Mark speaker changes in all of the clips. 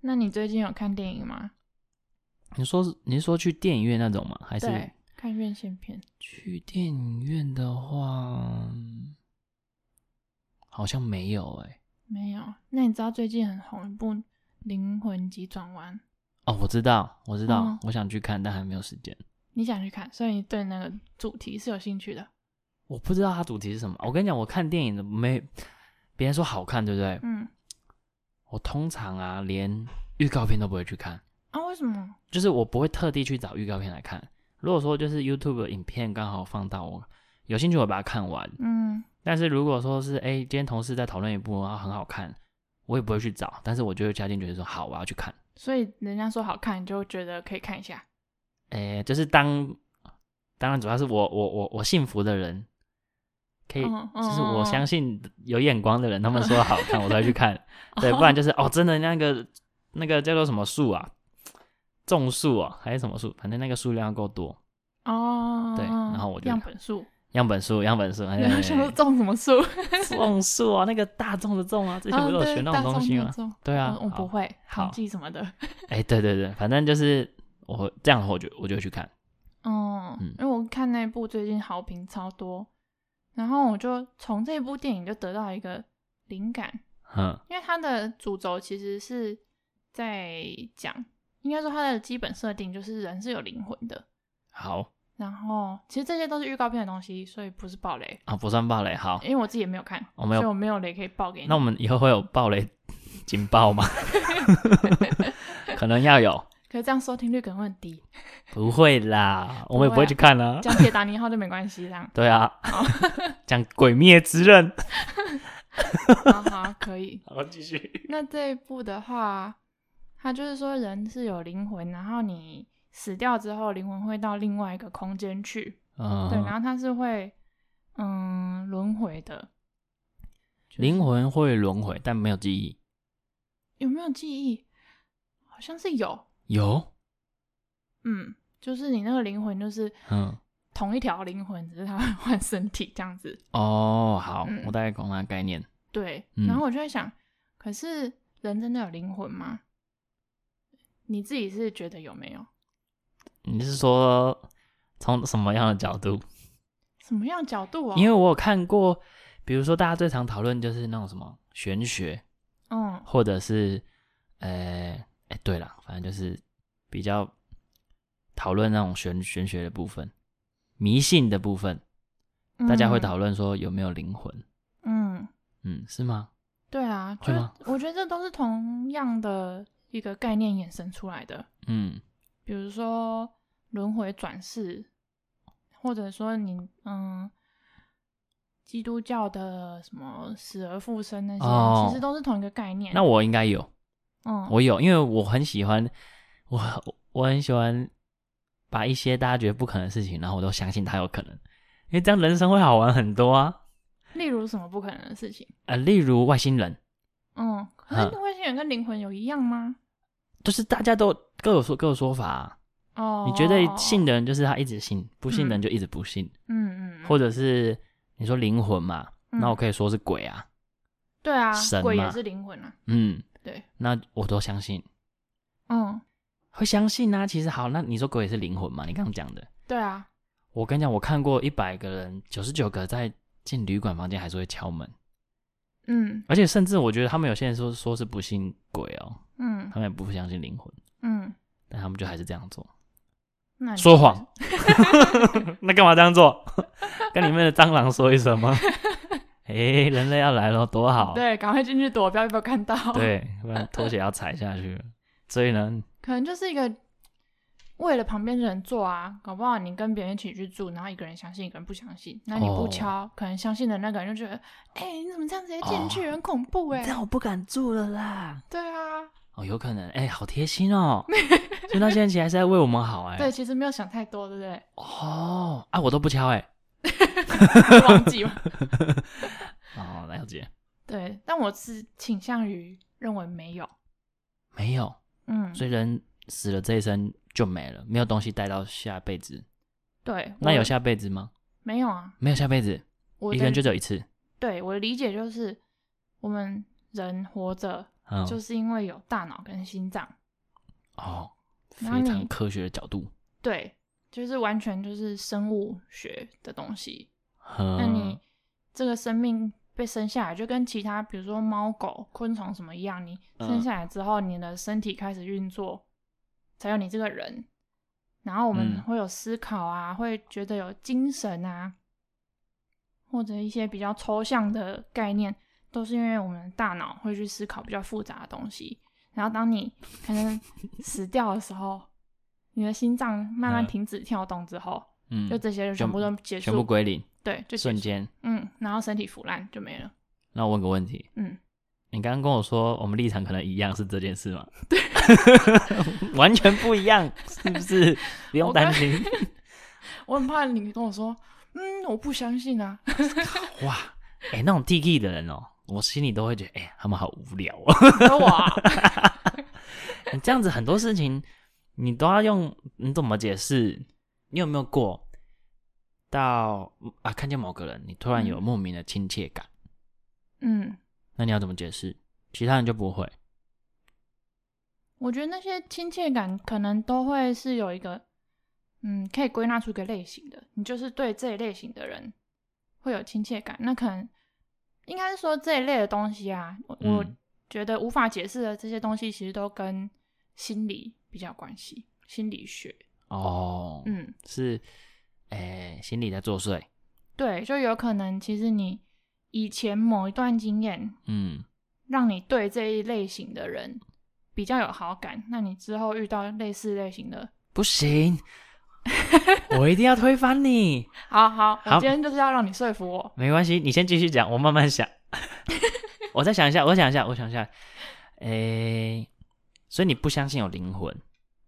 Speaker 1: 那你最近有看电影吗？
Speaker 2: 你说是你是说去电影院那种吗？还是
Speaker 1: 对，看院线片。
Speaker 2: 去电影院的话，嗯好像没有哎、
Speaker 1: 没有。那你知道最近很红一部《灵魂急转弯》，
Speaker 2: 哦，我知道，我知道，
Speaker 1: 嗯
Speaker 2: 我想去看，但还没有时间。
Speaker 1: 你想去看，所以你对那个主题是有兴趣的。
Speaker 2: 我不知道它主题是什么。我跟你讲，我看电影的没别人说好看，对不对？
Speaker 1: 嗯，
Speaker 2: 我通常啊，连预告片都不会去看，
Speaker 1: 啊，为什么？
Speaker 2: 就是我不会特地去找预告片来看。如果说就是 YouTube 的影片刚好放到我有兴趣，我会把它看完。
Speaker 1: 嗯，
Speaker 2: 但是如果说是哎、诶今天同事在讨论一部然后啊很好看，我也不会去找，但是我就会加进去说好，我要去看。
Speaker 1: 所以人家说好看，你就觉得可以看一下。
Speaker 2: 哎、就是当当然主要是我我我我幸福的人，可以，
Speaker 1: 嗯嗯
Speaker 2: 就是
Speaker 1: 嗯
Speaker 2: 我
Speaker 1: 嗯
Speaker 2: 相信有眼光的人，他们说好看，我才会去 看。对，不然就是哦，真的那个那个叫做什么树啊，种树啊，还是什么树，反正那个数量要够多，
Speaker 1: 哦，
Speaker 2: 对然后我就
Speaker 1: 样本数，
Speaker 2: 样本数，样本数，哎
Speaker 1: 然后想说种什么树？
Speaker 2: 种树啊，那个大众的种啊，之前
Speaker 1: 啊
Speaker 2: 不是有
Speaker 1: 对
Speaker 2: 学那
Speaker 1: 大
Speaker 2: 种东
Speaker 1: 众
Speaker 2: 西
Speaker 1: 大
Speaker 2: 吗？
Speaker 1: 众哦
Speaker 2: 对啊，
Speaker 1: 我我不
Speaker 2: 好，
Speaker 1: 会，
Speaker 2: 好
Speaker 1: 统计什么的。
Speaker 2: 哎，对对对，反正就是我这样的话，我就我就会去看，
Speaker 1: 嗯
Speaker 2: 嗯，
Speaker 1: 因为我看那部最近好评超多，然后我就从这部电影就得到一个灵感，
Speaker 2: 嗯
Speaker 1: 因为它的主轴其实是在讲，应该说它的基本设定就是人是有灵魂的。
Speaker 2: 好
Speaker 1: 然后其实这些都是预告片的东西，所以不是暴雷，
Speaker 2: 啊，不算暴雷，好，
Speaker 1: 因为我自己也没有看，
Speaker 2: 我哦没有
Speaker 1: 所以我没有雷可以爆给你。
Speaker 2: 那我们以后会有暴雷警报吗？ 可能要有，
Speaker 1: 可是这样收听率可能会很 低，
Speaker 2: 不会啦，我们也
Speaker 1: 不会啊哦
Speaker 2: 不会去看啦、。
Speaker 1: 讲铁达尼号就没关系这样
Speaker 2: 对啊，讲《鬼灭之刃》，
Speaker 1: 好好，可以。
Speaker 2: 好，继续。
Speaker 1: 那这一部的话，它就是说人是有灵魂，然后你死掉之后，灵魂会到另外一个空间去，对，然
Speaker 2: 嗯，
Speaker 1: 后它是会嗯轮回的。就是
Speaker 2: 灵魂会轮回，但没有记忆。
Speaker 1: 有没有记忆？好像是有，
Speaker 2: 有，
Speaker 1: 嗯，就是你那个灵魂就是
Speaker 2: 嗯，
Speaker 1: 同一条灵魂，只是它会换身体这样子。
Speaker 2: 哦，好，
Speaker 1: 嗯
Speaker 2: 我大概懂那概念。
Speaker 1: 对，
Speaker 2: 嗯
Speaker 1: 然后我就在想，可是人真的有灵魂吗？你自己是觉得有没有？
Speaker 2: 你是说从什么样的角度？
Speaker 1: 什么样角度啊、
Speaker 2: 因为
Speaker 1: 为
Speaker 2: 我有看过，比如说大家最常讨论就是那种什么玄学，
Speaker 1: 嗯
Speaker 2: 或者是，呃，哎、对了，反正就是比较讨论那种玄玄学的部分，迷信的部分，大家会
Speaker 1: 嗯
Speaker 2: 讨论说有没有灵魂，
Speaker 1: 嗯，
Speaker 2: 嗯，是吗？
Speaker 1: 对啊，
Speaker 2: 会
Speaker 1: 就
Speaker 2: 吗
Speaker 1: 我觉得这都是同样的一个概念衍生出来的，
Speaker 2: 嗯，
Speaker 1: 比如说轮回转世，或者说你嗯，基督教的什么死而复生那些，
Speaker 2: 哦
Speaker 1: 其实都是同一个概念。
Speaker 2: 那我应该有，
Speaker 1: 嗯，
Speaker 2: 我有，因为我很喜欢，我我很喜欢把一些大家觉得不可能的事情，然后我都相信它有可能，因为这样人生会好玩很多啊。
Speaker 1: 例如什么不可能的事情，
Speaker 2: 呃，例如外星人，
Speaker 1: 嗯，可是
Speaker 2: 嗯
Speaker 1: 外星人跟灵魂有一样吗？
Speaker 2: 就是大家都各有说各有说法啊、
Speaker 1: 哦，嗯
Speaker 2: 你觉得信的人就是他一直信，不信的人就一直不信，
Speaker 1: 嗯，嗯嗯，
Speaker 2: 或者是你说灵魂嘛，
Speaker 1: 嗯
Speaker 2: 那我可以说是鬼啊，
Speaker 1: 对啊，
Speaker 2: 神
Speaker 1: 鬼也
Speaker 2: 嘛
Speaker 1: 是灵魂啊，
Speaker 2: 嗯，
Speaker 1: 对，
Speaker 2: 那我都相信，
Speaker 1: 嗯，
Speaker 2: 会相信啊。其实好，那你说鬼也是灵魂嘛？你刚刚讲的，
Speaker 1: 对啊，
Speaker 2: 我跟你讲，我看过一百个人，九十九个在进旅馆房间还是会敲门，
Speaker 1: 嗯
Speaker 2: 而且甚至我觉得他们有些人说说是不信鬼哦，
Speaker 1: 嗯
Speaker 2: 他们也不相信灵魂，
Speaker 1: 嗯，
Speaker 2: 但他们就还是这样做，
Speaker 1: 那啊你
Speaker 2: 说
Speaker 1: 觉得
Speaker 2: 谎，那干嘛这样做？跟里面的蟑螂说一 声吗？哎、人类要来了，多好！
Speaker 1: 对，赶快进去躲，不要被我看到。，
Speaker 2: 对，不然拖鞋要踩下去了。所以呢，
Speaker 1: 可能就是一个为了旁边的人做啊，搞不好你跟别人一起去住，然后一个人相信，一个人不相信，那你不
Speaker 2: 哦
Speaker 1: 敲，可能相信的那个人就觉得，哎、你怎么这样直接进去，
Speaker 2: 哦
Speaker 1: 很恐 怖哎、
Speaker 2: 我不敢住了啦。
Speaker 1: 对啊，
Speaker 2: 哦，有可能，哎、好贴心哦。所以他现在起来是在为我们好、哎。
Speaker 1: 对，。其实没有想太多，对不对？
Speaker 2: 哦，啊，我都不敲、
Speaker 1: 忘记了。
Speaker 2: 哎。哦，了解。
Speaker 1: 对，但我是倾向于认为没有，
Speaker 2: 没有，
Speaker 1: 嗯，
Speaker 2: 所以人死了这一生就没了，没有东西带到下辈子。
Speaker 1: 对。
Speaker 2: 那
Speaker 1: 我
Speaker 2: 有下辈子吗？
Speaker 1: 没有啊？
Speaker 2: 没有下辈子，
Speaker 1: 我
Speaker 2: 一
Speaker 1: 的
Speaker 2: 个人就只有一次。
Speaker 1: 对我的理解就是，我们人活着
Speaker 2: 嗯，
Speaker 1: 就是因为有大脑跟心脏。
Speaker 2: 哦，非
Speaker 1: 然后
Speaker 2: 常
Speaker 1: 你
Speaker 2: 科学的角度。
Speaker 1: 对，就是完全就是生物学的东西。那你
Speaker 2: 嗯，
Speaker 1: 这个生命被生下来，就跟其他比如说猫狗、昆虫什么一样，你生
Speaker 2: 嗯
Speaker 1: 下来之后，你的身体开始运作，才有你这个人。然后我们
Speaker 2: 嗯
Speaker 1: 会有思考啊，会觉得有精神啊，或者一些比较抽象的概念，都是因为我们的大脑会去思考比较复杂的东西。然后当你可 能死掉的时候，你的心脏慢慢
Speaker 2: 嗯
Speaker 1: 停止跳动之后，
Speaker 2: 嗯，
Speaker 1: 就这些就
Speaker 2: 全
Speaker 1: 全部
Speaker 2: 部
Speaker 1: 都结
Speaker 2: 全部
Speaker 1: 束，
Speaker 2: 归零，
Speaker 1: 对，就结
Speaker 2: 瞬
Speaker 1: 束
Speaker 2: 间。
Speaker 1: 嗯，然后身体腐烂就没了。
Speaker 2: 那我问个问题，
Speaker 1: 嗯，
Speaker 2: 你刚刚跟我说我们立场可能一样是这件事 吗？对， 完全不一样，是不是？不用
Speaker 1: 我刚
Speaker 2: 担心。
Speaker 1: 我很怕你跟我说，嗯，我不相信啊。
Speaker 2: 哇，哎、那种 T K 的人哦、我心里都会觉得，哎、他们好无聊哦。
Speaker 1: 你说我、 啊，
Speaker 2: 你这样子很多事情，你都要用，你怎么解释？你有没有过到啊？看见某个人，你突然有
Speaker 1: 嗯
Speaker 2: 莫名的亲切感，
Speaker 1: 嗯，
Speaker 2: 那你要怎么解释？其他人就不会。
Speaker 1: 我觉得那些亲切感可能都会是有一个，嗯，可以归纳出一个类型的，你就是对这一类型的人会有亲切感。那可能应该是说这一类的东西啊，我、我
Speaker 2: 嗯
Speaker 1: 觉得无法解释的这些东西，其实都跟心理比较有关系，心理学。
Speaker 2: 哦，
Speaker 1: 嗯，
Speaker 2: 是，哎、心理在作祟。
Speaker 1: 对，就有可能其实你以前某一段经验，
Speaker 2: 嗯，
Speaker 1: 让你对这一类型的人比较有好感，那你之后遇到类似类型的，
Speaker 2: 不 行，我一定要推翻你。
Speaker 1: 好好，我
Speaker 2: 好
Speaker 1: 今天就是要让你说服我。
Speaker 2: 没关系，你先继续讲，我慢慢想。 我再想一下，我想一下，我想一下。哎、所以你不相信有灵魂？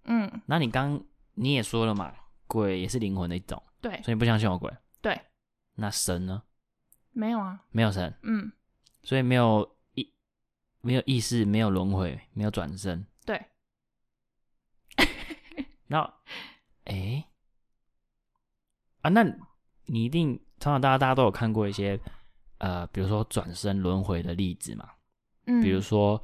Speaker 1: 嗯，
Speaker 2: 那你刚你也说了嘛，鬼也是灵魂的一种，
Speaker 1: 对
Speaker 2: 所以你不相信有鬼。
Speaker 1: 对，
Speaker 2: 那神呢？
Speaker 1: 没有啊，
Speaker 2: 没有神，
Speaker 1: 嗯，
Speaker 2: 所以没有意，没有意识，没有轮回，没有转生。
Speaker 1: 对，
Speaker 2: 那，哎、啊，那你一定从小到大大家都有看过一些，呃，比如说转生轮回的例子嘛，
Speaker 1: 嗯，
Speaker 2: 比如，说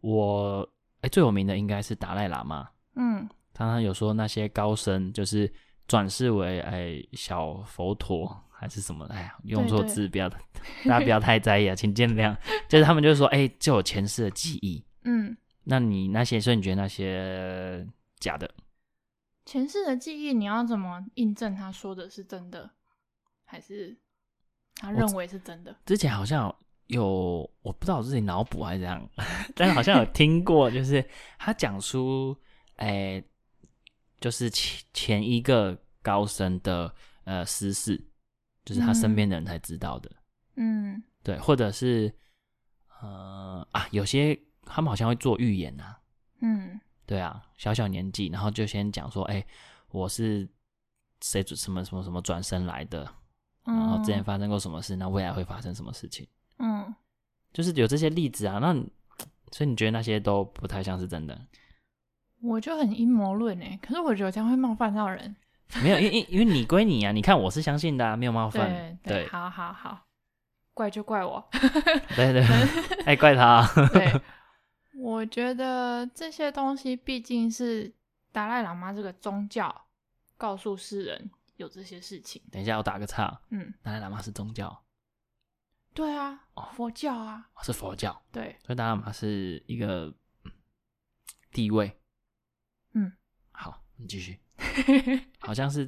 Speaker 2: 我，哎、最有名的应该是达赖喇嘛，
Speaker 1: 嗯
Speaker 2: 常常有说那些高僧就是转世为哎、小佛陀还是什么，哎呀，用错
Speaker 1: 对
Speaker 2: 字不要，大家不要太在意啊， 请见谅。就是他们就说，哎、就有前世的记忆，
Speaker 1: 嗯，
Speaker 2: 那你那些，所以你觉得那些假的？
Speaker 1: 前世的记忆，你要怎么印证他说的是真的，还是他认为是真的？
Speaker 2: 之前好像有，我不知道我自己脑补还是怎样， 但是好像有听过，就是他讲出，哎、就是前前一个高僧的呃私事，就是他身边的人才知道的，
Speaker 1: 嗯
Speaker 2: 对，或者是呃啊，有些他们好像会做预言啊，
Speaker 1: 嗯
Speaker 2: 对啊，小小年纪，然后就先讲说，哎、我是谁什么什么什么转身来的，
Speaker 1: 嗯，
Speaker 2: 然后之前发生过什么事，那未来会发生什么事情。
Speaker 1: 嗯，
Speaker 2: 就是有这些例子啊，那你所以你觉得那些都不太像是真的？
Speaker 1: 我就很阴谋论哎，可是我觉得这样会冒犯到人。
Speaker 2: 没有，因因因为你归你啊，你看我是相信的啊，没有冒
Speaker 1: 对
Speaker 2: 犯，对
Speaker 1: 好好好，怪就怪我。
Speaker 2: 对对，哎，怪他啊、
Speaker 1: 对，我觉得这些东西毕竟是达赖喇嘛这个宗教告诉世人有这些事情。
Speaker 2: 等一下，我打个岔，
Speaker 1: 嗯，
Speaker 2: 达赖喇嘛是宗教，
Speaker 1: 对啊
Speaker 2: 哦，
Speaker 1: 佛教啊，
Speaker 2: 是佛教，
Speaker 1: 对，
Speaker 2: 所以达赖喇嘛是一个嗯地位。
Speaker 1: 嗯，
Speaker 2: 好，你继续。好像是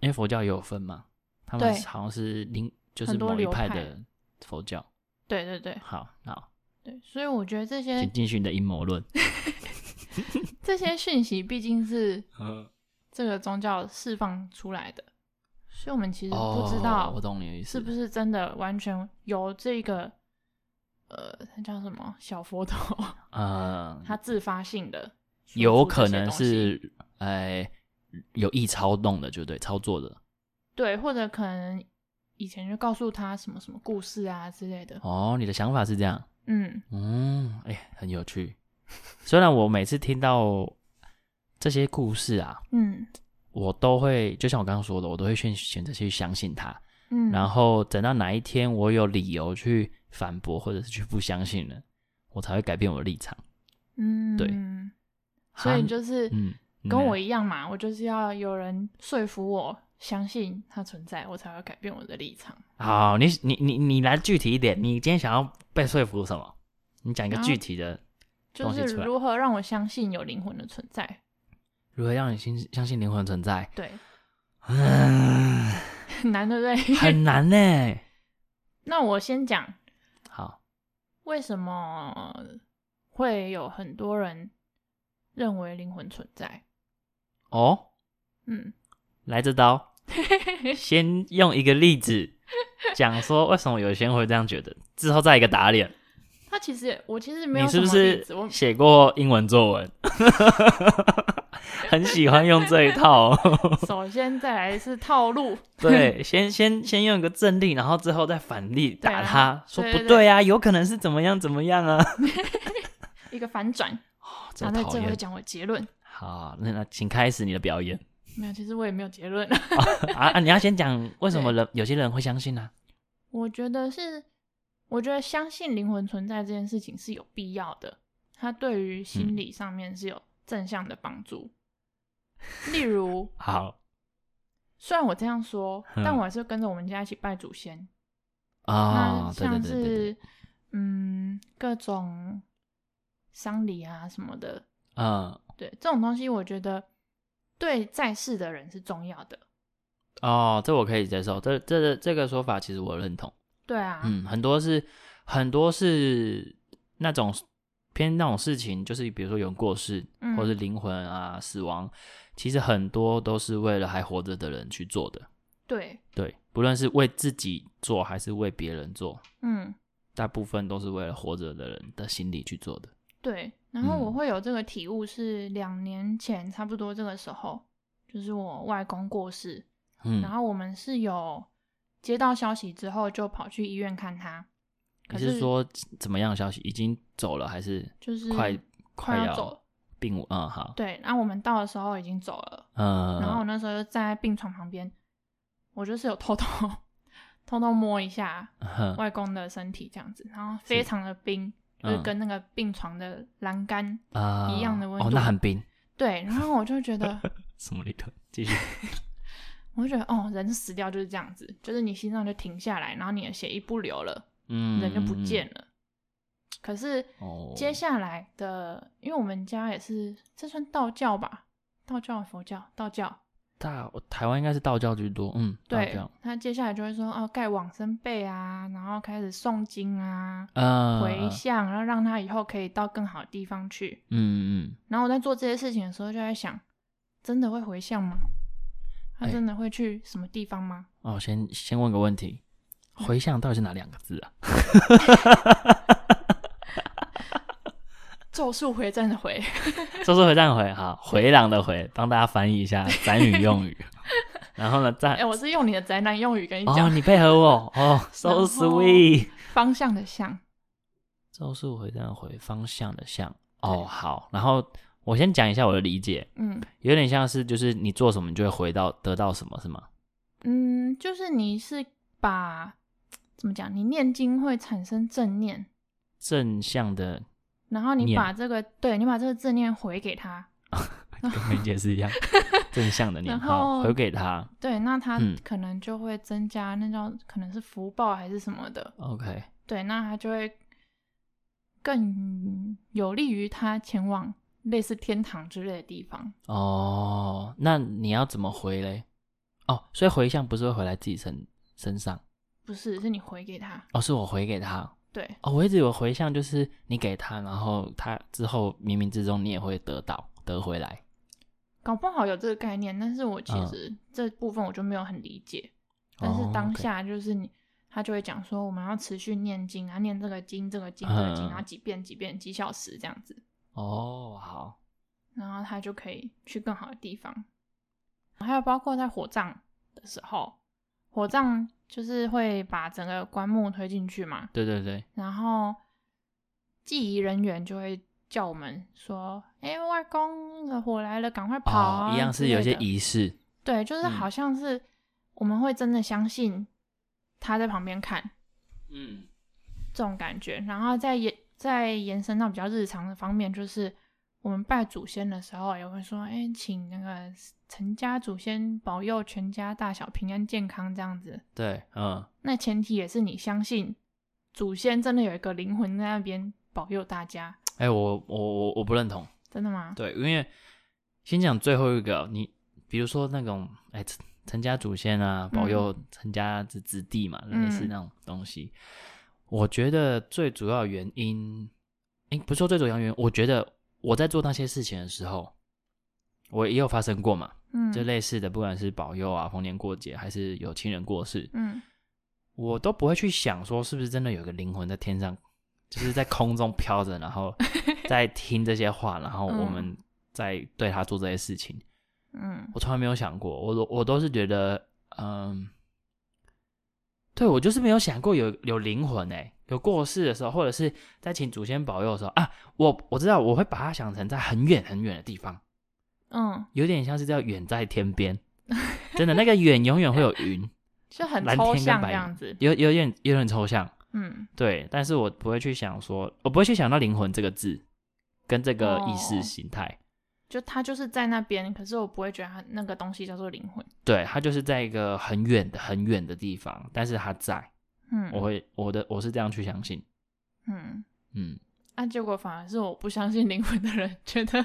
Speaker 2: 因为佛教也有分嘛，他们
Speaker 1: 对
Speaker 2: 好像是另就是
Speaker 1: 很多
Speaker 2: 某一
Speaker 1: 流
Speaker 2: 派
Speaker 1: 派
Speaker 2: 的佛教。
Speaker 1: 对对对
Speaker 2: 好，好，
Speaker 1: 对，所以我觉得这些
Speaker 2: 请继续你的阴谋论。
Speaker 1: 这些讯息毕竟是
Speaker 2: 嗯。
Speaker 1: 这个宗教释放出来的，所以我们其实不知道、
Speaker 2: 哦、我懂你的意思，
Speaker 1: 是不是真的完全由这个呃，他叫什么小佛头，
Speaker 2: 呃，
Speaker 1: 他自发性的，
Speaker 2: 有可能是哎、有意操弄的，就对操作的
Speaker 1: 对，或者可能以前就告诉他什么什么故事啊之类的。
Speaker 2: 哦。你的想法是这样，
Speaker 1: 嗯
Speaker 2: 嗯，哎、很有趣。虽然我每次听到这些故事啊，
Speaker 1: 嗯
Speaker 2: 我都会就像我刚刚说的，我都会选选择去相信它。
Speaker 1: 嗯，
Speaker 2: 然后等到哪一天我有理由去反驳，或者是去不相信了，我才会改变我的立场。
Speaker 1: 嗯，
Speaker 2: 对，
Speaker 1: 所以
Speaker 2: 哈
Speaker 1: 就是
Speaker 2: 嗯，
Speaker 1: 跟我
Speaker 2: 嗯
Speaker 1: 一样嘛，我就是要有人说服我相信它存在，我才会改变我的立场。
Speaker 2: 好，你你你你来具体一点，你今天想要被说服什么？你讲一个
Speaker 1: 啊
Speaker 2: 具体的，
Speaker 1: 就
Speaker 2: 东西
Speaker 1: 是
Speaker 2: 出来
Speaker 1: 如何让我相信有灵魂的存在。
Speaker 2: 如何让你相信相信灵魂的存 在？
Speaker 1: 对，
Speaker 2: 嗯，
Speaker 1: 很难，对不对？
Speaker 2: 很难呢。
Speaker 1: 那我先讲
Speaker 2: 好，
Speaker 1: 为什么会有很多人认为灵魂存在。
Speaker 2: 哦，
Speaker 1: 嗯，
Speaker 2: 来 这刀，先用一个例子讲说为什么有些人会这样觉得，之后再一个打脸。
Speaker 1: 他其实我其实没有
Speaker 2: 你
Speaker 1: 什
Speaker 2: 是
Speaker 1: 么
Speaker 2: 不
Speaker 1: 例
Speaker 2: 是
Speaker 1: 子，我
Speaker 2: 写过英文作文？ 很喜欢用这 一套。
Speaker 1: 首先再来是套路，
Speaker 2: 对，先先先用一个正例，然后之后再反例
Speaker 1: 对
Speaker 2: 打
Speaker 1: 啊
Speaker 2: 他，说
Speaker 1: 对
Speaker 2: 不
Speaker 1: 对
Speaker 2: 对啊，有可能是怎么样怎么样啊，
Speaker 1: 一个反转，
Speaker 2: 真
Speaker 1: 然后在
Speaker 2: 讨
Speaker 1: 最后
Speaker 2: 厌。
Speaker 1: 讲我结论。
Speaker 2: 好，那那请开始你的表演
Speaker 1: 没有，其实我也没有结论。
Speaker 2: 啊啊！你要先讲为什么人有些人会相信啊？
Speaker 1: 我觉得是，我觉得相信灵魂存在这件事情是有必要的，它对于心理上面是有正向的帮助。
Speaker 2: 嗯
Speaker 1: 例如，
Speaker 2: 好
Speaker 1: 虽然我这样说，
Speaker 2: 嗯
Speaker 1: 但我还是跟着我们家一起拜祖先。
Speaker 2: 啊、
Speaker 1: 那
Speaker 2: 对对
Speaker 1: 像
Speaker 2: 对对对，
Speaker 1: 是嗯各种丧礼啊什么的，
Speaker 2: 嗯
Speaker 1: 对这种东西，我觉得对在世的人是重要的。
Speaker 2: 哦，这我可以接受，这这这这个说法其实我认同。
Speaker 1: 对啊，
Speaker 2: 嗯，很多是很多是那种偏那种事情，就是比如说有人过世，
Speaker 1: 嗯
Speaker 2: 或是灵魂啊死亡，其实很多都是为了还活着的人去做的。
Speaker 1: 对，
Speaker 2: 对，不论是为自己做还是为别人做，
Speaker 1: 嗯
Speaker 2: 大部分都是为了活着的人的心理去做的。
Speaker 1: 对。然后我
Speaker 2: 嗯
Speaker 1: 会有这个体悟是两年前差不多这个时候，就是我外公过世，
Speaker 2: 嗯
Speaker 1: 然，后我们是有接到消息之后就跑去医院看他，
Speaker 2: 你
Speaker 1: 可
Speaker 2: 是说怎么样的消息？已经走了还是
Speaker 1: 就是
Speaker 2: 快
Speaker 1: 快
Speaker 2: 要
Speaker 1: 要走了，
Speaker 2: 病危？嗯，好，
Speaker 1: 对，然后我们到的时候已经走了。
Speaker 2: 嗯，
Speaker 1: 然后我那时候就站在病床旁边，我就是有偷偷偷偷摸一下
Speaker 2: 哼
Speaker 1: 外公的身体这样子，然后非常的冰，就是
Speaker 2: 嗯
Speaker 1: 跟那个病床的栏杆
Speaker 2: 啊
Speaker 1: 一样的温
Speaker 2: 哦，
Speaker 1: 度
Speaker 2: 那很冰，
Speaker 1: 对，然后我就觉得，
Speaker 2: 什么理论？继 续，
Speaker 1: 我就觉得哦，人死掉就是这样子，就是你心脏就停下来，然后你的血液不流了，
Speaker 2: 嗯，
Speaker 1: 人就不
Speaker 2: 了。
Speaker 1: 见了。可是
Speaker 2: 哦，
Speaker 1: 接下来的，因为我们家也是，这算道教吧？道教、佛教、道教，
Speaker 2: 大台湾应该是道教居多，嗯，道
Speaker 1: 对
Speaker 2: 教，，
Speaker 1: 他接下来就会说哦，盖往生被啊，然后开始诵经啊，
Speaker 2: 嗯，
Speaker 1: 回向，然后让他以后可以到更好的地方去。
Speaker 2: 嗯，嗯
Speaker 1: 然后我在做这些事情的时候，就在想，真的会回向吗？他
Speaker 2: 哎
Speaker 1: 真的会去什么地方吗？
Speaker 2: 嗯，哦，先先问个问题，回向到底是哪两个字啊？
Speaker 1: 咒术回战的回，
Speaker 2: 说说回战回，好，回廊的回，帮大家翻译一 下咱语用语。然后呢，
Speaker 1: 哎、
Speaker 2: 再哦
Speaker 1: 我是用你的宅男用语跟你讲、
Speaker 2: 哦，你配合我哦
Speaker 1: 然
Speaker 2: ，so
Speaker 1: 后
Speaker 2: sweet。
Speaker 1: 方向的向，
Speaker 2: 咒术回战回方向的向，哦，好，然后我先讲一下我的理解，
Speaker 1: 嗯
Speaker 2: 有点像是就是你做什么，你就会回到得到什么，是吗？
Speaker 1: 嗯，就是你是把怎么讲，你念经会产生正念，
Speaker 2: 正向的，
Speaker 1: 然后你
Speaker 2: 念
Speaker 1: 把这个，对你把这个正念回给他，
Speaker 2: 跟梅姐是一 样，正向的念，
Speaker 1: 然
Speaker 2: 好，
Speaker 1: 后
Speaker 2: 回给他
Speaker 1: 对，那他
Speaker 2: 嗯
Speaker 1: 可能就会增加那种可能是福报还是什么的，
Speaker 2: ，OK。
Speaker 1: 对，那他就会更有利于他前往类似天堂之类的地方。
Speaker 2: 哦，那你要怎么回嘞？哦，所以回向不是会回来自己身身上，
Speaker 1: 不是，是你回给他，
Speaker 2: 哦，是我回给他。
Speaker 1: 对，
Speaker 2: 哦，我一直以为回向就是你给他，然后他之后冥冥之中你也会得到得回来。
Speaker 1: 搞不好有这个概念，但是我其
Speaker 2: 嗯
Speaker 1: 实这部分我就没有很理解。但
Speaker 2: 哦
Speaker 1: 是当
Speaker 2: OK
Speaker 1: 下就是你，他就会讲说我们要持续念经啊，念这个经、这个经、这个经，
Speaker 2: 嗯
Speaker 1: 然后几遍、几遍、几小时这样子。
Speaker 2: 哦，好，
Speaker 1: 然后他就可以去更好的地方。还有包括在火葬的时候，火葬就是会把整个棺木推进去嘛，
Speaker 2: 对对对，
Speaker 1: 然后祭仪人员就会叫我们说：“哎、外公，那个火来了，赶快跑、啊
Speaker 2: 哦，一样
Speaker 1: 之
Speaker 2: 是
Speaker 1: 类
Speaker 2: 有一些
Speaker 1: 的
Speaker 2: 仪式。
Speaker 1: 对，就是
Speaker 2: 嗯
Speaker 1: 好像是我们会真的相信他在旁边看
Speaker 2: 嗯，
Speaker 1: 这种感觉，然后在也再延伸到比较日常的方面，就是我们拜祖先的时候也会说，哎，请那个陈家祖先保佑全家大小平安健康这样子。
Speaker 2: 对，嗯，
Speaker 1: 那前提也是你相信祖先真的有一个灵魂在那边保佑大家，
Speaker 2: 哎、我我我我不认同。
Speaker 1: 真的吗？
Speaker 2: 对，因为先讲最后一个，你比如说那种哎陈陈家祖先啊，保佑陈家子子弟嘛，类似
Speaker 1: 嗯
Speaker 2: 那种东西。我觉得最主要原因，哎、不是说最主要原因，我觉得我在做那些事情的时候，我也有发生过嘛，
Speaker 1: 嗯，
Speaker 2: 就类似的，不管是保佑啊、逢年过节，还是有亲人过世，
Speaker 1: 嗯，
Speaker 2: 我都不会去想说是不是真的有个灵魂在天上，就是在空中飘着，然后在听这些话，然后我们在对他做这些事情。
Speaker 1: 嗯
Speaker 2: 我从来没有想过，我都我都是觉得，嗯，对我就是没有想过有有灵魂哎、有过世的时候，或者是在请祖先保佑的时候啊，我我知道我会把它想成在很远很远的地方，
Speaker 1: 嗯，
Speaker 2: 有点像是叫远在天边，真的那个远永远会有云，
Speaker 1: 就很
Speaker 2: 蓝
Speaker 1: 抽
Speaker 2: 天跟
Speaker 1: 象
Speaker 2: 白
Speaker 1: 这
Speaker 2: 云
Speaker 1: 样子，
Speaker 2: 有有点有点抽象。
Speaker 1: 嗯
Speaker 2: 对，但是我不会去想说，我不会去想到灵魂这个字跟这个意识
Speaker 1: 哦
Speaker 2: 形态。
Speaker 1: 就他就是在那边，可是我不会觉得他那个东西叫做灵魂。
Speaker 2: 对，它就是在一个很远的、很远的地方，但是它在，
Speaker 1: 嗯，
Speaker 2: 我会我的我是这样去相信。
Speaker 1: 嗯，
Speaker 2: 嗯，
Speaker 1: 啊，结果反而是我不相信灵魂的人觉得，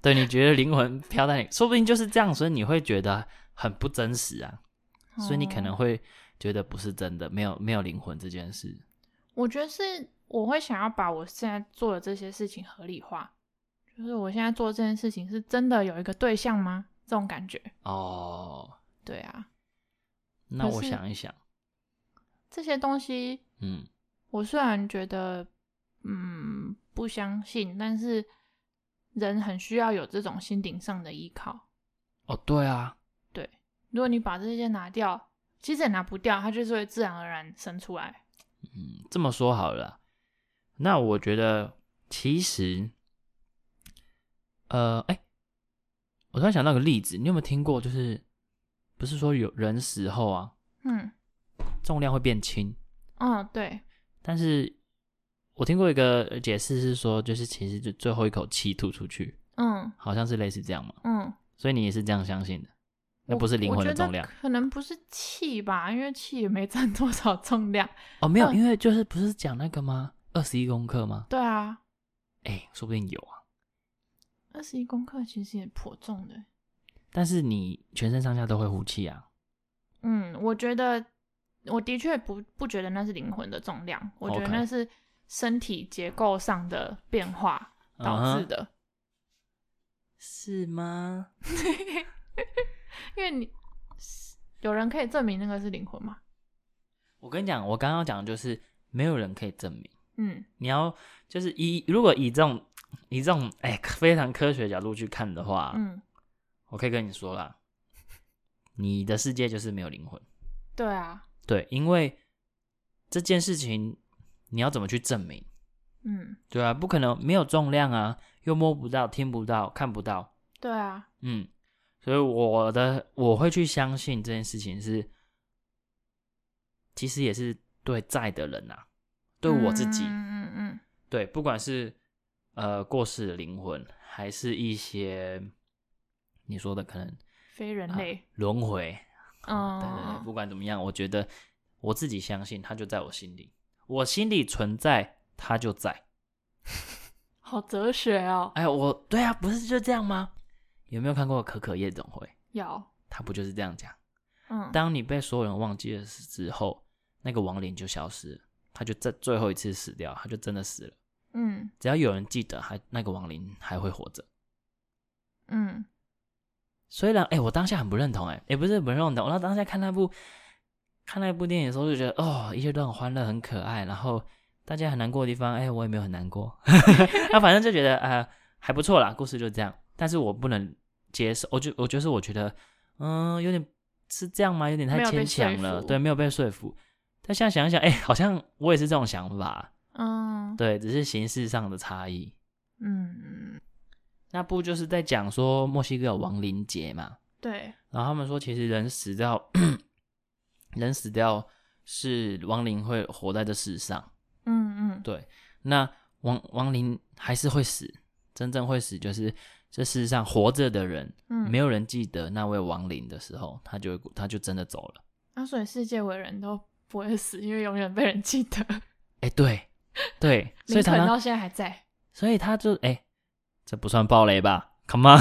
Speaker 2: 对，你觉得灵魂飘在你，说不定就是这样，所以你会觉得很不真实啊， 所以你可能
Speaker 1: 哦，
Speaker 2: 会觉得不是真的，没有没有灵魂这件事。
Speaker 1: 我觉得是我会想要把我现在做的这些事情合理化，就是我现在做这件事情是真的有一个对象吗？这种感觉，
Speaker 2: 哦，
Speaker 1: 对啊，
Speaker 2: 那
Speaker 1: 可
Speaker 2: 我
Speaker 1: 是
Speaker 2: 想一想，
Speaker 1: 这些东西
Speaker 2: 嗯，
Speaker 1: 我虽然觉得，嗯，不相信，但是人很需要有这种心灵上的依靠。
Speaker 2: 哦，对啊，
Speaker 1: 如果你把这些拿掉，其实也拿不掉，它就是会自然而然生出来。
Speaker 2: 嗯，这么说好了啦，那我觉得其实，呃，哎、我突然想到个例子，你有没有听过？就是不是说有人死后啊，
Speaker 1: 嗯，
Speaker 2: 重量会变轻，
Speaker 1: 哦，对，
Speaker 2: 但是我听过一个呃解释是说，就是其实就最后一口气吐出去，
Speaker 1: 嗯
Speaker 2: 好像是类似这样嘛，
Speaker 1: 嗯，
Speaker 2: 所以你也是这样相信的，那
Speaker 1: 我
Speaker 2: 不是灵
Speaker 1: 我
Speaker 2: 魂的
Speaker 1: 觉得
Speaker 2: 重量
Speaker 1: 可能不是气吧，因为气也没占 多少重量。
Speaker 2: 哦？没有，
Speaker 1: 嗯
Speaker 2: 因为就是不是讲那个吗？二十一公克吗？
Speaker 1: 对啊，
Speaker 2: 哎、说不定有啊，
Speaker 1: 二十一公克其实也颇重的。
Speaker 2: 但是你全身上下都会呼气啊。
Speaker 1: 嗯，我觉得我的确不不觉得那是灵魂的重量，我觉得
Speaker 2: OK
Speaker 1: 那是身体结构上的变化导致
Speaker 2: 嗯哼
Speaker 1: 的。
Speaker 2: 是吗？
Speaker 1: 因为你有人可以证明那个是灵魂吗？
Speaker 2: 我跟你讲，我刚刚讲的就是没有人可以证明。
Speaker 1: 嗯
Speaker 2: 你要就是以如果以这种以这种哎、非常科学的角度去看的话，
Speaker 1: 嗯，
Speaker 2: 我可以跟你说啦，你的世界就是没有灵魂。
Speaker 1: 对啊，
Speaker 2: 对，因为这件事情你要怎么去证明？
Speaker 1: 嗯，
Speaker 2: 对啊，不可能没有重量啊，又摸不到、听不到、看不到，
Speaker 1: 对啊，
Speaker 2: 嗯，所以我的我会去相信这件事情是，其实也是对在的人呐、啊，对我自己，
Speaker 1: 嗯嗯嗯
Speaker 2: 对，不管是呃过世的灵魂，还是一些你说的可能
Speaker 1: 嗯，非人类，
Speaker 2: 轮回，
Speaker 1: 嗯，
Speaker 2: 啊对对对，不管怎么样，我觉得我自己相信它就在我心里，我心里存在，它就在。
Speaker 1: 好哲学哦，
Speaker 2: 哎，我对啊，不是就这样吗？有没有看过《可可夜总会》？
Speaker 1: 有，
Speaker 2: 他不就是这样讲？
Speaker 1: 嗯，
Speaker 2: 当你被所有人忘记了之后，那个亡灵就消失了，他就在最后一次死掉，他就真的死了。
Speaker 1: 嗯
Speaker 2: 只要有人记得，还那个亡灵还会活着。
Speaker 1: 嗯，
Speaker 2: 虽然，哎、我当下很不认同、哎，也不是不认同，我当下看那部看那部电影的时候，就觉得哦，一切都很欢乐，很可爱，然后大家很难过的地方，哎、我也没有很难过， 那反正就觉得呃还不错啦，故事就这样。但是我不能接受，我就我就是我觉得，嗯，有点是这样吗？有点太
Speaker 1: 没有被
Speaker 2: 牵强
Speaker 1: 说
Speaker 2: 了，
Speaker 1: 服
Speaker 2: 对，没有被说服。但现在想一想，哎、好像我也是这种想法，
Speaker 1: 嗯
Speaker 2: 对，只是形式上的差异。
Speaker 1: 嗯，
Speaker 2: 那部就是在讲说墨西哥有亡灵节嘛，
Speaker 1: 对，
Speaker 2: 然后他们说，其实人死掉， 人死掉是亡灵会活在这世上。
Speaker 1: 嗯嗯，
Speaker 2: 对，那亡亡灵还是会死，真正会死就是这世上活着的人，
Speaker 1: 嗯，
Speaker 2: 没有人记得那位亡灵的时候，他就他就真的走了。
Speaker 1: 啊，所以世界伟人都不会死，因为永远被人记得。
Speaker 2: 哎、对对，所
Speaker 1: 林
Speaker 2: 以常
Speaker 1: 肯
Speaker 2: 常
Speaker 1: 到现在还在，
Speaker 2: 所以他就哎、这不算暴雷吧？Come on，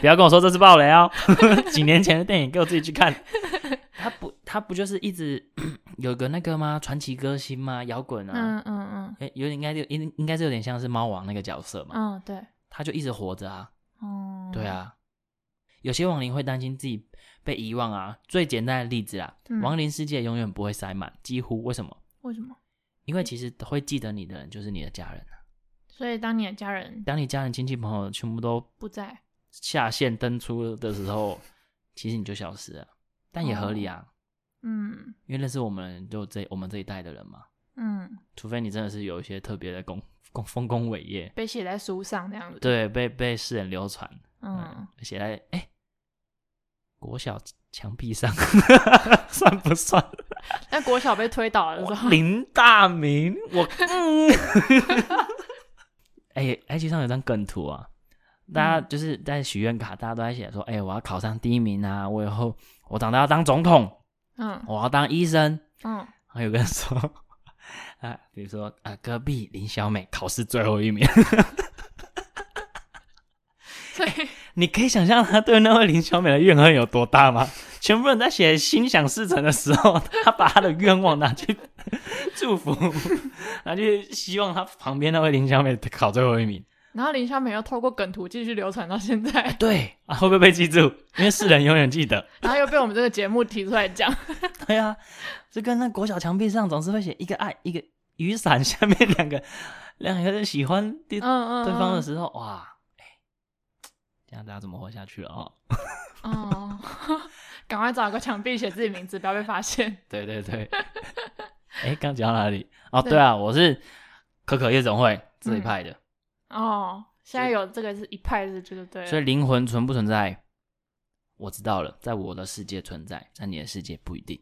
Speaker 2: 不 要跟我说这是暴雷哦！ 几年前的电影，给我自己去看。他不，他不就是一直 有个那个吗？传奇歌星吗？摇滚啊，
Speaker 1: 嗯嗯嗯
Speaker 2: 诶有点应该就应应该是有点像是猫王那个角色嘛。
Speaker 1: 嗯，对，
Speaker 2: 他就一直活着啊，
Speaker 1: 哦，
Speaker 2: 对，啊。有些亡灵会担心自己被遗忘啊。最简单的例子啦，
Speaker 1: 嗯
Speaker 2: 亡灵世界永远不会塞满，几乎为什么？
Speaker 1: 为什么？
Speaker 2: 因为其实会记得你的人就是你的家人啊。
Speaker 1: 所以当你的家人
Speaker 2: 当你家人、亲戚、朋友全部都
Speaker 1: 不在，
Speaker 2: 下线登出的时候，其实你就消失了，但也合理啊，
Speaker 1: 嗯
Speaker 2: 因为认识我们就这我们这一代的人嘛，
Speaker 1: 嗯，
Speaker 2: 除非你真的是有一些特别的功功丰功伟业，
Speaker 1: 被写在书上这样子。，
Speaker 2: 对，被被世人流传，嗯
Speaker 1: 嗯，，
Speaker 2: 写在哎、国小墙壁上， 算不算？
Speaker 1: 那国小被推倒的时候，
Speaker 2: 林大明，我嗯，哎、埃及上有张梗图啊，大家
Speaker 1: 嗯
Speaker 2: 就是在许愿卡，大家都在写说，哎、我要考上第一名啊，我以后我长大要当总统，
Speaker 1: 嗯
Speaker 2: 我要当医生。
Speaker 1: 嗯，
Speaker 2: 然后有个人说，啊，比如说啊，隔壁林小美考试最后一名，
Speaker 1: 所以
Speaker 2: 你可以想象他对那位林小美的怨恨有多大吗？全部人在写心想事成的时候，他把他的愿望拿去祝福，拿去希望他旁边那位林小美考最后一名。
Speaker 1: 然后林小美又透过梗图继续流传到现在，
Speaker 2: 对啊，会不会被记住？因为世人永远记得。
Speaker 1: 然后又被我们这个节目提出来讲。
Speaker 2: 对啊，就跟那国小墙壁上总是会写一个爱，一个雨伞，下面两个两个人喜欢对
Speaker 1: 嗯嗯，
Speaker 2: 对方的
Speaker 1: 嗯
Speaker 2: 时候，哇，哎、这样大家怎么活下去了啊、哦？
Speaker 1: 哦， 赶快找个墙壁写自己名字，不要被发现。
Speaker 2: 对对 对。哎，刚讲到哪里？哦，
Speaker 1: 对嗯
Speaker 2: 对啊，我是可可夜总会这一派的，
Speaker 1: 哦，现在有这个是一派是就对了。
Speaker 2: 所以灵魂存不存在，我知道了，在我的世界存在，在你的世界不一定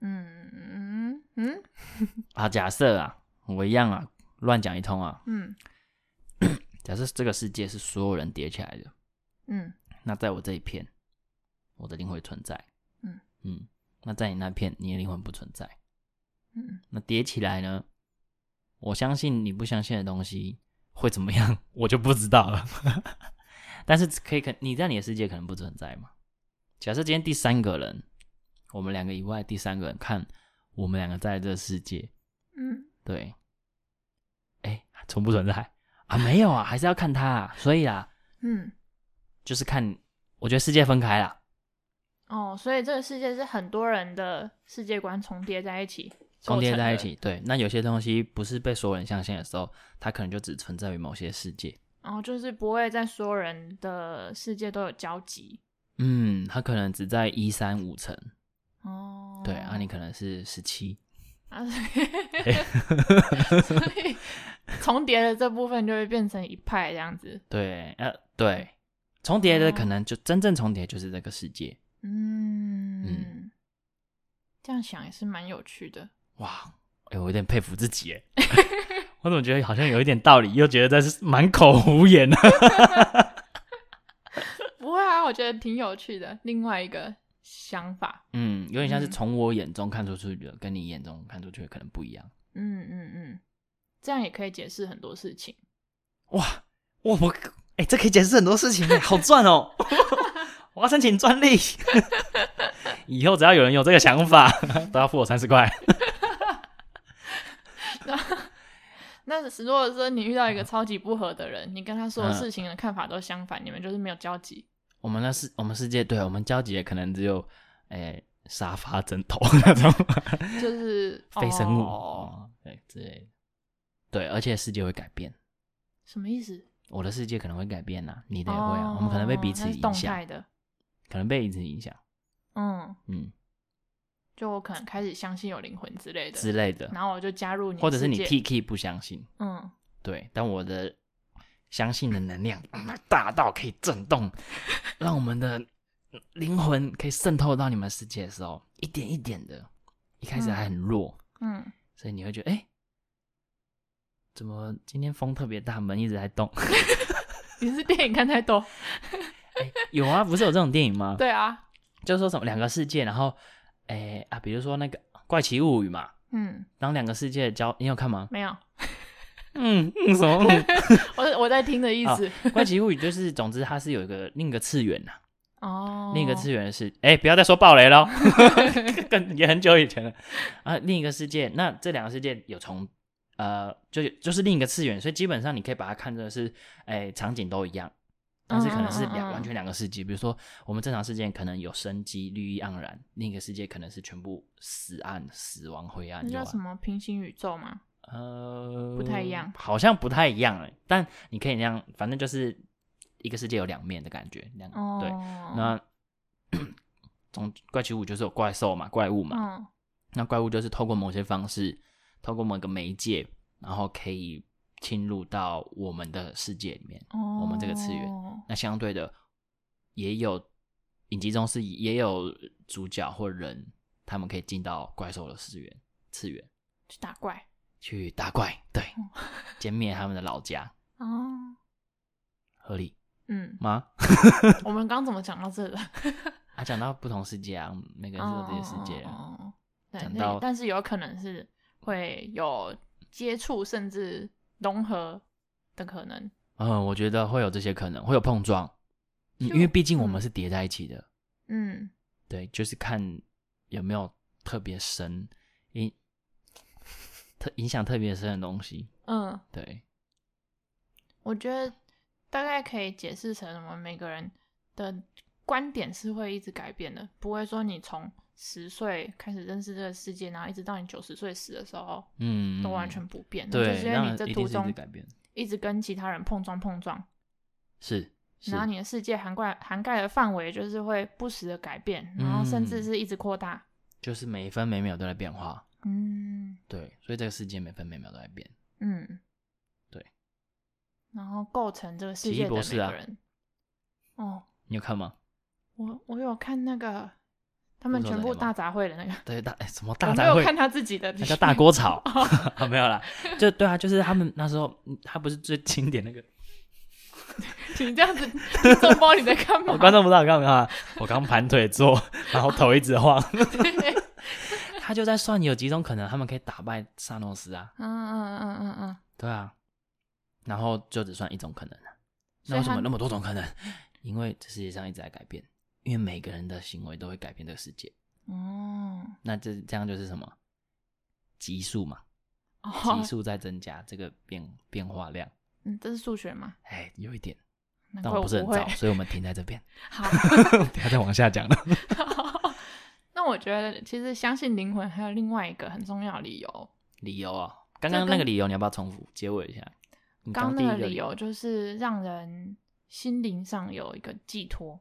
Speaker 1: 嗯嗯嗯
Speaker 2: 啊。假设啊，我一样啊，乱讲一通啊。
Speaker 1: 嗯
Speaker 2: 假设这个世界是所有人叠起来的，
Speaker 1: 嗯
Speaker 2: 那在我这一片，我的灵魂存在。
Speaker 1: 嗯
Speaker 2: 嗯，那在你那片，你的灵魂不存在。
Speaker 1: 嗯，
Speaker 2: 那叠起来呢？我相信你不相信的东西会怎么样，我就不知道了。 但是可以可你在你的世界可能不存在嘛？假设今天第三个人，我们两个以外第三个人看我们两个在这个世界，
Speaker 1: 嗯
Speaker 2: 对，哎，存不存在啊？没有啊，还是要看他、啊。所以啊，
Speaker 1: 嗯，
Speaker 2: 就是看，我觉得世界分开啦，
Speaker 1: 哦，所以这个世界是很多人的世界观重叠在一起，
Speaker 2: 重叠在一。起。对，那有些东西不是被所有人相信的时候，它可能就只存在于某些世界。
Speaker 1: 然后、哦、就是不会在所有人的世界都有交集。
Speaker 2: 嗯，他可能只在一三五层，
Speaker 1: 哦，
Speaker 2: 对，啊，你可能是十七，
Speaker 1: 啊，所以 所以重叠的这部分就会变成一派这样子。
Speaker 2: 对，呃，对，重叠的
Speaker 1: 哦
Speaker 2: 可能就真正重叠就是这个世界，
Speaker 1: 嗯，这样想也是蛮有趣的。
Speaker 2: 哇，哎，我有点佩服自己，哎， 我怎么觉得好像有一点道理，又觉得这是满口胡言啊 呢、
Speaker 1: 不会啊，我觉得挺有趣的。另外一个想法，
Speaker 2: 嗯，有点像是
Speaker 1: 嗯
Speaker 2: 从我眼中看出去的，跟你眼中看出去的可能不一样。
Speaker 1: 嗯嗯嗯，这样也可以解释很多事情。
Speaker 2: 哇，我我哎、这可以解释很多事情哎，好赚哦！ 我要申请专利， 以后只要有人有这个想法，都要付我三十块。
Speaker 1: 那如果说你遇到
Speaker 2: 啊
Speaker 1: 一个超级不合的人，你跟他说的事情的看法都相反，你们就是没有交集。
Speaker 2: 我们那世我们世界，对我们交集的可能只有诶、沙发、枕头 那种
Speaker 1: 哦就是
Speaker 2: 非生物，
Speaker 1: 哦
Speaker 2: 哦、对之类的。对，而且世界会改变，
Speaker 1: 什么意思？
Speaker 2: 我的世界可能会改变呐、你
Speaker 1: 你
Speaker 2: 的也会啊，我们可能被彼此
Speaker 1: 哦是动
Speaker 2: 影响，
Speaker 1: 态的。
Speaker 2: 可能被彼此影响，
Speaker 1: 嗯，
Speaker 2: 嗯
Speaker 1: 就我可能开始相信有灵魂之类的，
Speaker 2: 之类的，
Speaker 1: 然后我就加入你的世界，
Speaker 2: 或者是你 T K 不相信，
Speaker 1: 嗯，
Speaker 2: 对，但我的相信的能量 嗯大到可以震动，让我们的灵魂可以渗透到你们世界的时候，一点一点的，一开始还很弱。
Speaker 1: 嗯
Speaker 2: 所以你会觉得，哎、怎么今天风特别大，门一直在动？
Speaker 1: 你是电影看太多？
Speaker 2: 哎有啊，不是有这种电影吗？
Speaker 1: 对啊，
Speaker 2: 就是说什么两个世界，然后哎啊，比如说那个《怪奇物语》嘛，
Speaker 1: 嗯，
Speaker 2: 然后两个世界交，你有看吗？
Speaker 1: 没有，
Speaker 2: 嗯嗯，什么？嗯
Speaker 1: 我我在听的意思。
Speaker 2: 怪奇物语就是，总之它是有一个另一个次元呐、啊
Speaker 1: 哦，
Speaker 2: 另一个次元是，哎、不要再说暴 雷喽，更也很久以前了啊。另一个世界，那这两个世界有重，呃，就就是另一个次元，所以基本上你可以把它看作是，哎、场景都一样，但是可能是
Speaker 1: 嗯
Speaker 2: 两、
Speaker 1: 嗯嗯嗯
Speaker 2: 完全两个世界。比如说我们正常世界可能有生机、绿意盎然，另一个世界可能是全部死暗、死亡、灰暗，
Speaker 1: 那
Speaker 2: 有
Speaker 1: 叫
Speaker 2: 啊
Speaker 1: 什么平行宇宙吗？
Speaker 2: 呃，
Speaker 1: 不太一样
Speaker 2: 好像不太一样哎，但你可以那样，反正就是一个世界有两面的感觉，两、
Speaker 1: 哦，
Speaker 2: 对。那 总怪奇物就是有怪兽嘛，怪物嘛，
Speaker 1: 嗯
Speaker 2: 那怪物就是透过某些方式，透过某个媒介，然后可以侵入到我们的世界里面。
Speaker 1: 哦，
Speaker 2: 我们这个次元那相对的，也有影集中是也有主角或人，他们可以进到怪兽的次元次元
Speaker 1: 去打怪
Speaker 2: 去打怪，对
Speaker 1: 哦，
Speaker 2: 歼灭他们的老家，
Speaker 1: 哦，
Speaker 2: 合理
Speaker 1: 嗯，
Speaker 2: 吗？
Speaker 1: 我们刚怎么讲到这的？
Speaker 2: 啊，讲到不同世界啊，每个人都有自己的世界
Speaker 1: 哦
Speaker 2: 啊。
Speaker 1: 哦哦对，
Speaker 2: 讲
Speaker 1: 那
Speaker 2: 到
Speaker 1: 但是有可能是会有接触甚至融合的可能。
Speaker 2: 嗯，我觉得会有这些可能，会有碰撞，嗯，
Speaker 1: 就
Speaker 2: 因为毕竟我
Speaker 1: 嗯
Speaker 2: 们是叠在一起的，
Speaker 1: 嗯，
Speaker 2: 对，就是看有没有特别深影特影响特别深的东西，
Speaker 1: 嗯，
Speaker 2: 对，
Speaker 1: 我觉得大概可以解释成我们每个人的观点是会一直改变的，不会说你从十岁开始认识这个世界，然后一直到你九十岁死的时候
Speaker 2: 嗯，
Speaker 1: 都完全不变，就
Speaker 2: 对，
Speaker 1: 是因为
Speaker 2: 那
Speaker 1: 你这
Speaker 2: 一
Speaker 1: 途
Speaker 2: 定是一直
Speaker 1: 中
Speaker 2: 改变，
Speaker 1: 一直跟其他人碰撞碰撞，
Speaker 2: 是是
Speaker 1: 然后你的世界涵盖涵盖的范围就是会不时的改变，然后甚至
Speaker 2: 嗯
Speaker 1: 是一直扩大。
Speaker 2: 就是每一分每秒都在变化，
Speaker 1: 嗯
Speaker 2: 对，所以这个世界每分每秒都在变，
Speaker 1: 嗯，
Speaker 2: 对。
Speaker 1: 然后构成这个世
Speaker 2: 奇异
Speaker 1: 界的
Speaker 2: 博
Speaker 1: 每
Speaker 2: 士啊
Speaker 1: 个人。哦，
Speaker 2: 你有看吗？
Speaker 1: 我我有看那个他们
Speaker 2: 复仇
Speaker 1: 全
Speaker 2: 者
Speaker 1: 部
Speaker 2: 联
Speaker 1: 大
Speaker 2: 盟
Speaker 1: 杂烩的那个，
Speaker 2: 对，大、哎什么
Speaker 1: 我
Speaker 2: 大
Speaker 1: 没
Speaker 2: 杂
Speaker 1: 有
Speaker 2: 烩
Speaker 1: 看？他自己的，哦
Speaker 2: 那叫大 锅炒， 啊没有啦，就对啊，就是他们那时候，嗯他不是最经典那个
Speaker 1: 你这样子，你怎么你在干嘛？
Speaker 2: 我观众不知道我干嘛， 我刚盘腿 坐，然后头一直晃。
Speaker 1: 对
Speaker 2: 他就在算有几种可能，他们可以打败萨诺斯啊，
Speaker 1: 嗯嗯嗯嗯嗯，
Speaker 2: 对啊，然后就只算一种可能啊。
Speaker 1: 所
Speaker 2: 那
Speaker 1: 以
Speaker 2: 为什
Speaker 1: 他
Speaker 2: 么那么多种可能？ 因为这世界上一直在改变，因为每个人的行为都会改变这个世界。
Speaker 1: 哦
Speaker 2: 那这这样就是什么？级数嘛，级
Speaker 1: 哦，
Speaker 2: 数在增加，这个变变化量，
Speaker 1: 嗯，这是数学吗？
Speaker 2: 哎，有一点，
Speaker 1: 难
Speaker 2: 但
Speaker 1: 怪
Speaker 2: 我
Speaker 1: 不
Speaker 2: 不是很
Speaker 1: 会
Speaker 2: 早，。所以我们停在这 边，
Speaker 1: 好，
Speaker 2: 等一下再往下讲了。
Speaker 1: 那我觉得其实相信灵魂还有另外一个很重要的理由，
Speaker 2: 理由啊、刚刚那个理由你要不要重复结尾一下？你
Speaker 1: 刚
Speaker 2: 第
Speaker 1: 那
Speaker 2: 一
Speaker 1: 个
Speaker 2: 个
Speaker 1: 理由就是让人心灵上有一个寄托。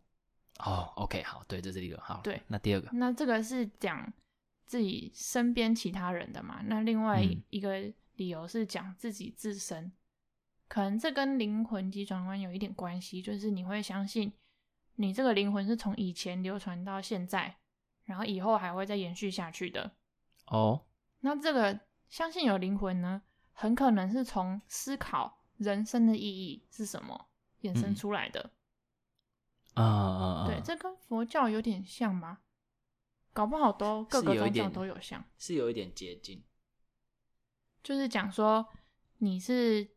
Speaker 2: 哦，OK，好，对，这是一个好。
Speaker 1: 对，嗯
Speaker 2: 那第二个，
Speaker 1: 那这个是讲自己身边其他人的嘛？那另外
Speaker 2: 嗯
Speaker 1: 一个理由是讲自己自身，可能这跟灵魂急转弯有一点关系，就是你会相信你这个灵魂是从以前流传到现在，然后以后还会再延续下去的。
Speaker 2: 哦，
Speaker 1: 那这个相信有灵魂呢，很可能是从思考人生的意义是什么衍生
Speaker 2: 嗯
Speaker 1: 出来的。
Speaker 2: 啊啊啊，
Speaker 1: 对，这跟佛教有点像吗？搞不好都各
Speaker 2: 是
Speaker 1: 个
Speaker 2: 有一
Speaker 1: 宗教
Speaker 2: 点
Speaker 1: 都有像，
Speaker 2: 是有一点接近，
Speaker 1: 就是讲说你是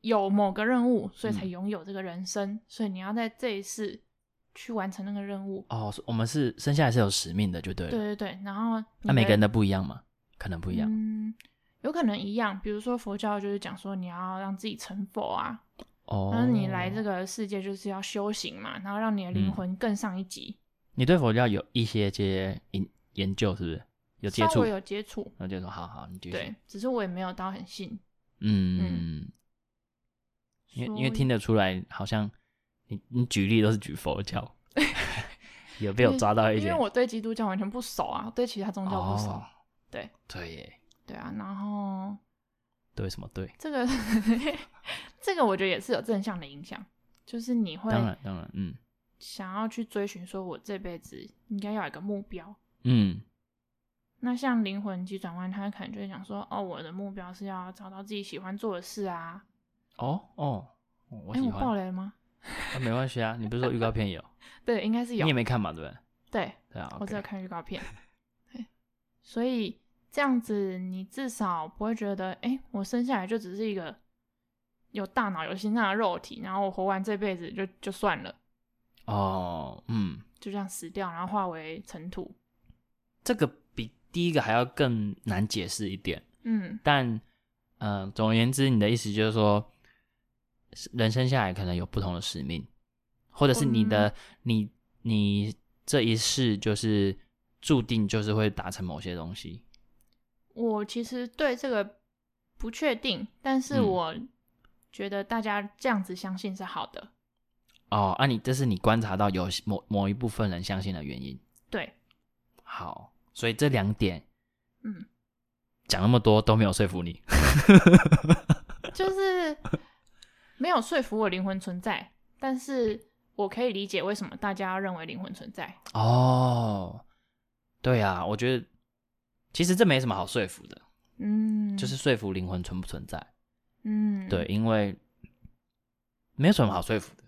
Speaker 1: 有某个任务，所以才
Speaker 2: 嗯
Speaker 1: 拥有这个人生，所以你要在这一世去完成那个任务。
Speaker 2: 哦，我们是生下来是有使命的，就对了。
Speaker 1: 对对对，然后你
Speaker 2: 那每个人的不一样嘛，可能不
Speaker 1: 不
Speaker 2: 一样。
Speaker 1: 嗯，有可能一样。比如说佛教就是讲说你要让自己成佛啊，
Speaker 2: 哦，
Speaker 1: 然后你来这，个世界就是要修行嘛，然后让你的灵
Speaker 2: 嗯
Speaker 1: 魂更上一级。
Speaker 2: 你对佛教有一些些研研究，是不是？有接
Speaker 1: 稍
Speaker 2: 触
Speaker 1: 微？有接触，
Speaker 2: 那就说好好，你继续。
Speaker 1: 对，只是我也没有到很信。
Speaker 2: 嗯，因为因为
Speaker 1: 所以
Speaker 2: 听得出来，好像你你举例都是举 佛教，有被我抓到一
Speaker 1: 因
Speaker 2: 点
Speaker 1: 为。我对基督教完全不熟啊，对其他宗教不熟。
Speaker 2: 哦，
Speaker 1: 对
Speaker 2: 对耶，
Speaker 1: 对啊，然后
Speaker 2: 对什么对？
Speaker 1: 这个 这个我觉得也是有正向的影响，就是你会
Speaker 2: 当然当然，嗯
Speaker 1: 想要去追寻，说我这辈子应该要有一个目标。
Speaker 2: 嗯，
Speaker 1: 那像灵魂急转弯，他可能就会讲说，哦，我的目标是要找到自己喜欢做的事啊。
Speaker 2: 哦哦，我
Speaker 1: 哎、
Speaker 2: 喜
Speaker 1: 我
Speaker 2: 欢
Speaker 1: 爆，雷了吗？
Speaker 2: 啊没关系啊，你不是说预告片有，
Speaker 1: 对，应该是
Speaker 2: 你
Speaker 1: 有
Speaker 2: 也。没看嘛，对不对？
Speaker 1: 对，
Speaker 2: 对啊，
Speaker 1: 我
Speaker 2: OK
Speaker 1: 只有看预告片。对，所以这样子，你至少不会觉得，哎、我生下来就只是一个有大脑、有心脏的肉体，然后我活完这辈子就就算了，
Speaker 2: 哦，嗯，
Speaker 1: 就这样死掉，然后化为尘土。
Speaker 2: 这个比第一个还要更难解释一点，
Speaker 1: 嗯，
Speaker 2: 但嗯、呃总而言之，你的意思就是说，是人生下来可能有不同的使命，或者是你的、
Speaker 1: 嗯
Speaker 2: 你你这一世就是注定就是会达成某些东西。
Speaker 1: 我其实对这个不确定，但是
Speaker 2: 嗯
Speaker 1: 我觉得大家这样子相信是好的。
Speaker 2: 哦，啊你，这是你观察到有某某一部分人相信的原因。
Speaker 1: 对，
Speaker 2: 好，所以这两点
Speaker 1: 嗯，
Speaker 2: 讲那么多都没有说服你。
Speaker 1: 就是没有说服我灵魂存在，但是我可以理解为什么大家要认为灵魂存在。
Speaker 2: 哦，对啊，我觉得其实这没什么好说服的，
Speaker 1: 嗯，
Speaker 2: 就是说服灵魂存不存在。
Speaker 1: 嗯，
Speaker 2: 对，，因为没有什么好说 服的。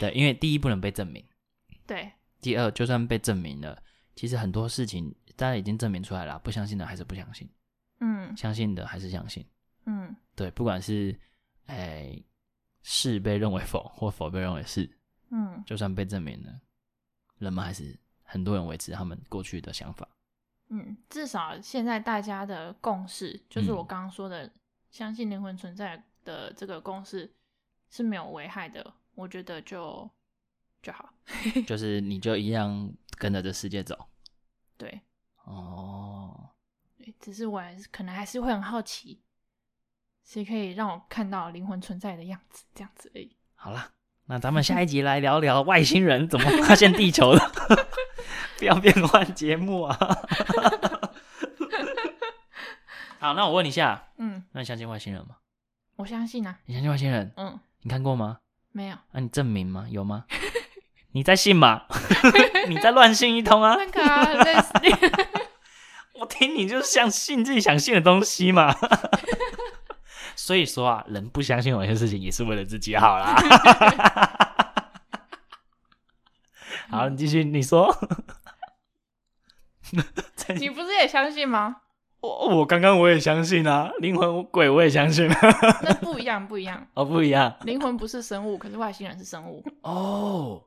Speaker 2: 对，因为第一不能被证明，
Speaker 1: 对，
Speaker 2: 第二就算被证明了，其实很多事情大家已经证明出来了，不相信的还是不相信，
Speaker 1: 嗯
Speaker 2: 相信的还是相信。
Speaker 1: 嗯
Speaker 2: 对，不管是哎、是被认为否，或否被认为是，
Speaker 1: 嗯
Speaker 2: 就算被证明了，人们还是很多人维持他们过去的想法。
Speaker 1: 嗯，至少现在大家的共识，就是
Speaker 2: 嗯
Speaker 1: 我刚刚说的，相信灵魂存在的这个共识是没有危害的，我觉得就就好。
Speaker 2: 就是你就一样跟着这世界走。
Speaker 1: 对，
Speaker 2: 哦，
Speaker 1: 对只是我还是可能还是会很好奇，谁可以让我看到灵魂存在的样子，这样子而已。
Speaker 2: 好啦，那咱们下一集来聊聊外星人怎么发现地球的， 不要变换节目啊！ 好，那我问你一下，
Speaker 1: 嗯，
Speaker 2: 那你相信外星人吗？
Speaker 1: 我相信啊，
Speaker 2: 你相信外星人？
Speaker 1: 嗯，
Speaker 2: 你看过吗？
Speaker 1: 没 有
Speaker 2: 啊，你证明吗？有吗？你在信吗？ 你在乱信一通啊！
Speaker 1: 那个啊，类似，
Speaker 2: 我听你就是想信自己想信的东西嘛。 所以说啊，人不相信某些事情也是为了自己好 啦。好，你继续，你说。
Speaker 1: 你不是也相信吗？
Speaker 2: 我我刚刚我也相信啊，灵魂鬼我也相信、啊。
Speaker 1: 那不一样，不一样。
Speaker 2: 哦，不一样
Speaker 1: 灵魂不是生物，可是外星人是生物，
Speaker 2: 哦。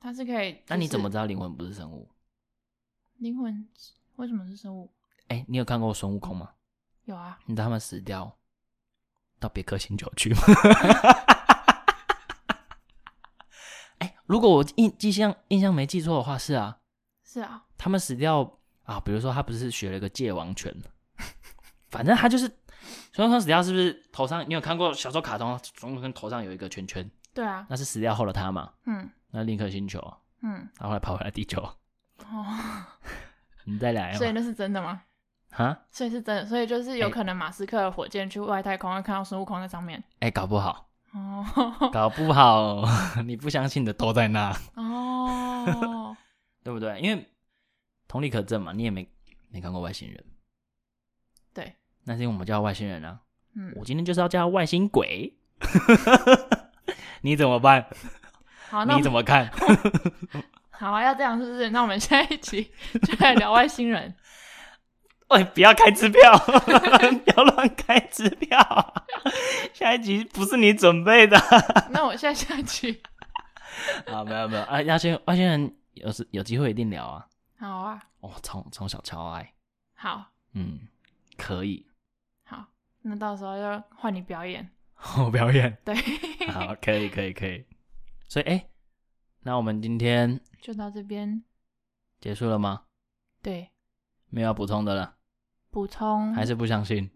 Speaker 1: 它是可以、
Speaker 2: 那你怎么？知道灵魂不是生物？
Speaker 1: 灵魂为什么是生物？
Speaker 2: 哎、你有看过孙悟空吗？
Speaker 1: 有啊，
Speaker 2: 你知道他们死掉到别克星球去 吗？哎、如果我印印象印象没记错的话，是啊，
Speaker 1: 是啊，
Speaker 2: 他们死掉啊，比如说他不是学了个界王拳， 反正他就是孙悟空死掉，是不是头上你有看过小时候卡通，孙悟空头上有一个圈圈，
Speaker 1: 对啊，
Speaker 2: 那是死掉后的他嘛？
Speaker 1: 嗯
Speaker 2: 那另一颗星球，
Speaker 1: 嗯，
Speaker 2: 然后后来跑回来地球，
Speaker 1: 哦，
Speaker 2: 你再来
Speaker 1: 所以
Speaker 2: 嘛？
Speaker 1: 那是真的吗？
Speaker 2: 啊，
Speaker 1: 所以是真的，所以就是有
Speaker 2: 哎
Speaker 1: 可能马斯克的火箭去外太空会看到孙悟空在上面。
Speaker 2: 哎、搞不好，
Speaker 1: 哦
Speaker 2: 搞不好你不相信的都在那。
Speaker 1: 哦，
Speaker 2: 对不对？因为同理可证嘛，你也没没看过外星人，
Speaker 1: 对，
Speaker 2: 那是因为我们叫他外星人啊。
Speaker 1: 嗯，
Speaker 2: 我今天就是要叫他外星鬼， 你怎么办？
Speaker 1: 好，那我们
Speaker 2: 你怎么看？
Speaker 1: 好啊要这样是不是？那我们下一集就来聊外星 人。
Speaker 2: 喂，不要开支 票，不要乱开支票。 下一集不是你准备的
Speaker 1: 那我下下集
Speaker 2: 啊？没有没有啊，外星外星人有时有机会一定聊啊。
Speaker 1: 好啊，
Speaker 2: 哦，从从小超爱，
Speaker 1: 好
Speaker 2: 嗯，可以。
Speaker 1: 好，那到时候要换你表演。
Speaker 2: 我表演
Speaker 1: 对，
Speaker 2: 好，可以可以可以。所以哎、那我们今天
Speaker 1: 就到这边。
Speaker 2: 结束了吗？
Speaker 1: 对，
Speaker 2: 没有要补充的了，
Speaker 1: 补充
Speaker 2: 还是不相信？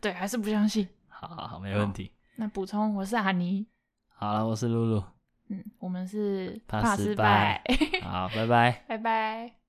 Speaker 1: 对，还是不相信。
Speaker 2: 好好好，没问题。
Speaker 1: 那补充，我是阿尼，
Speaker 2: 好了，我是露露，
Speaker 1: 嗯，我们是
Speaker 2: 怕失
Speaker 1: 失
Speaker 2: 败
Speaker 1: 败，
Speaker 2: 好，拜拜。
Speaker 1: 拜拜。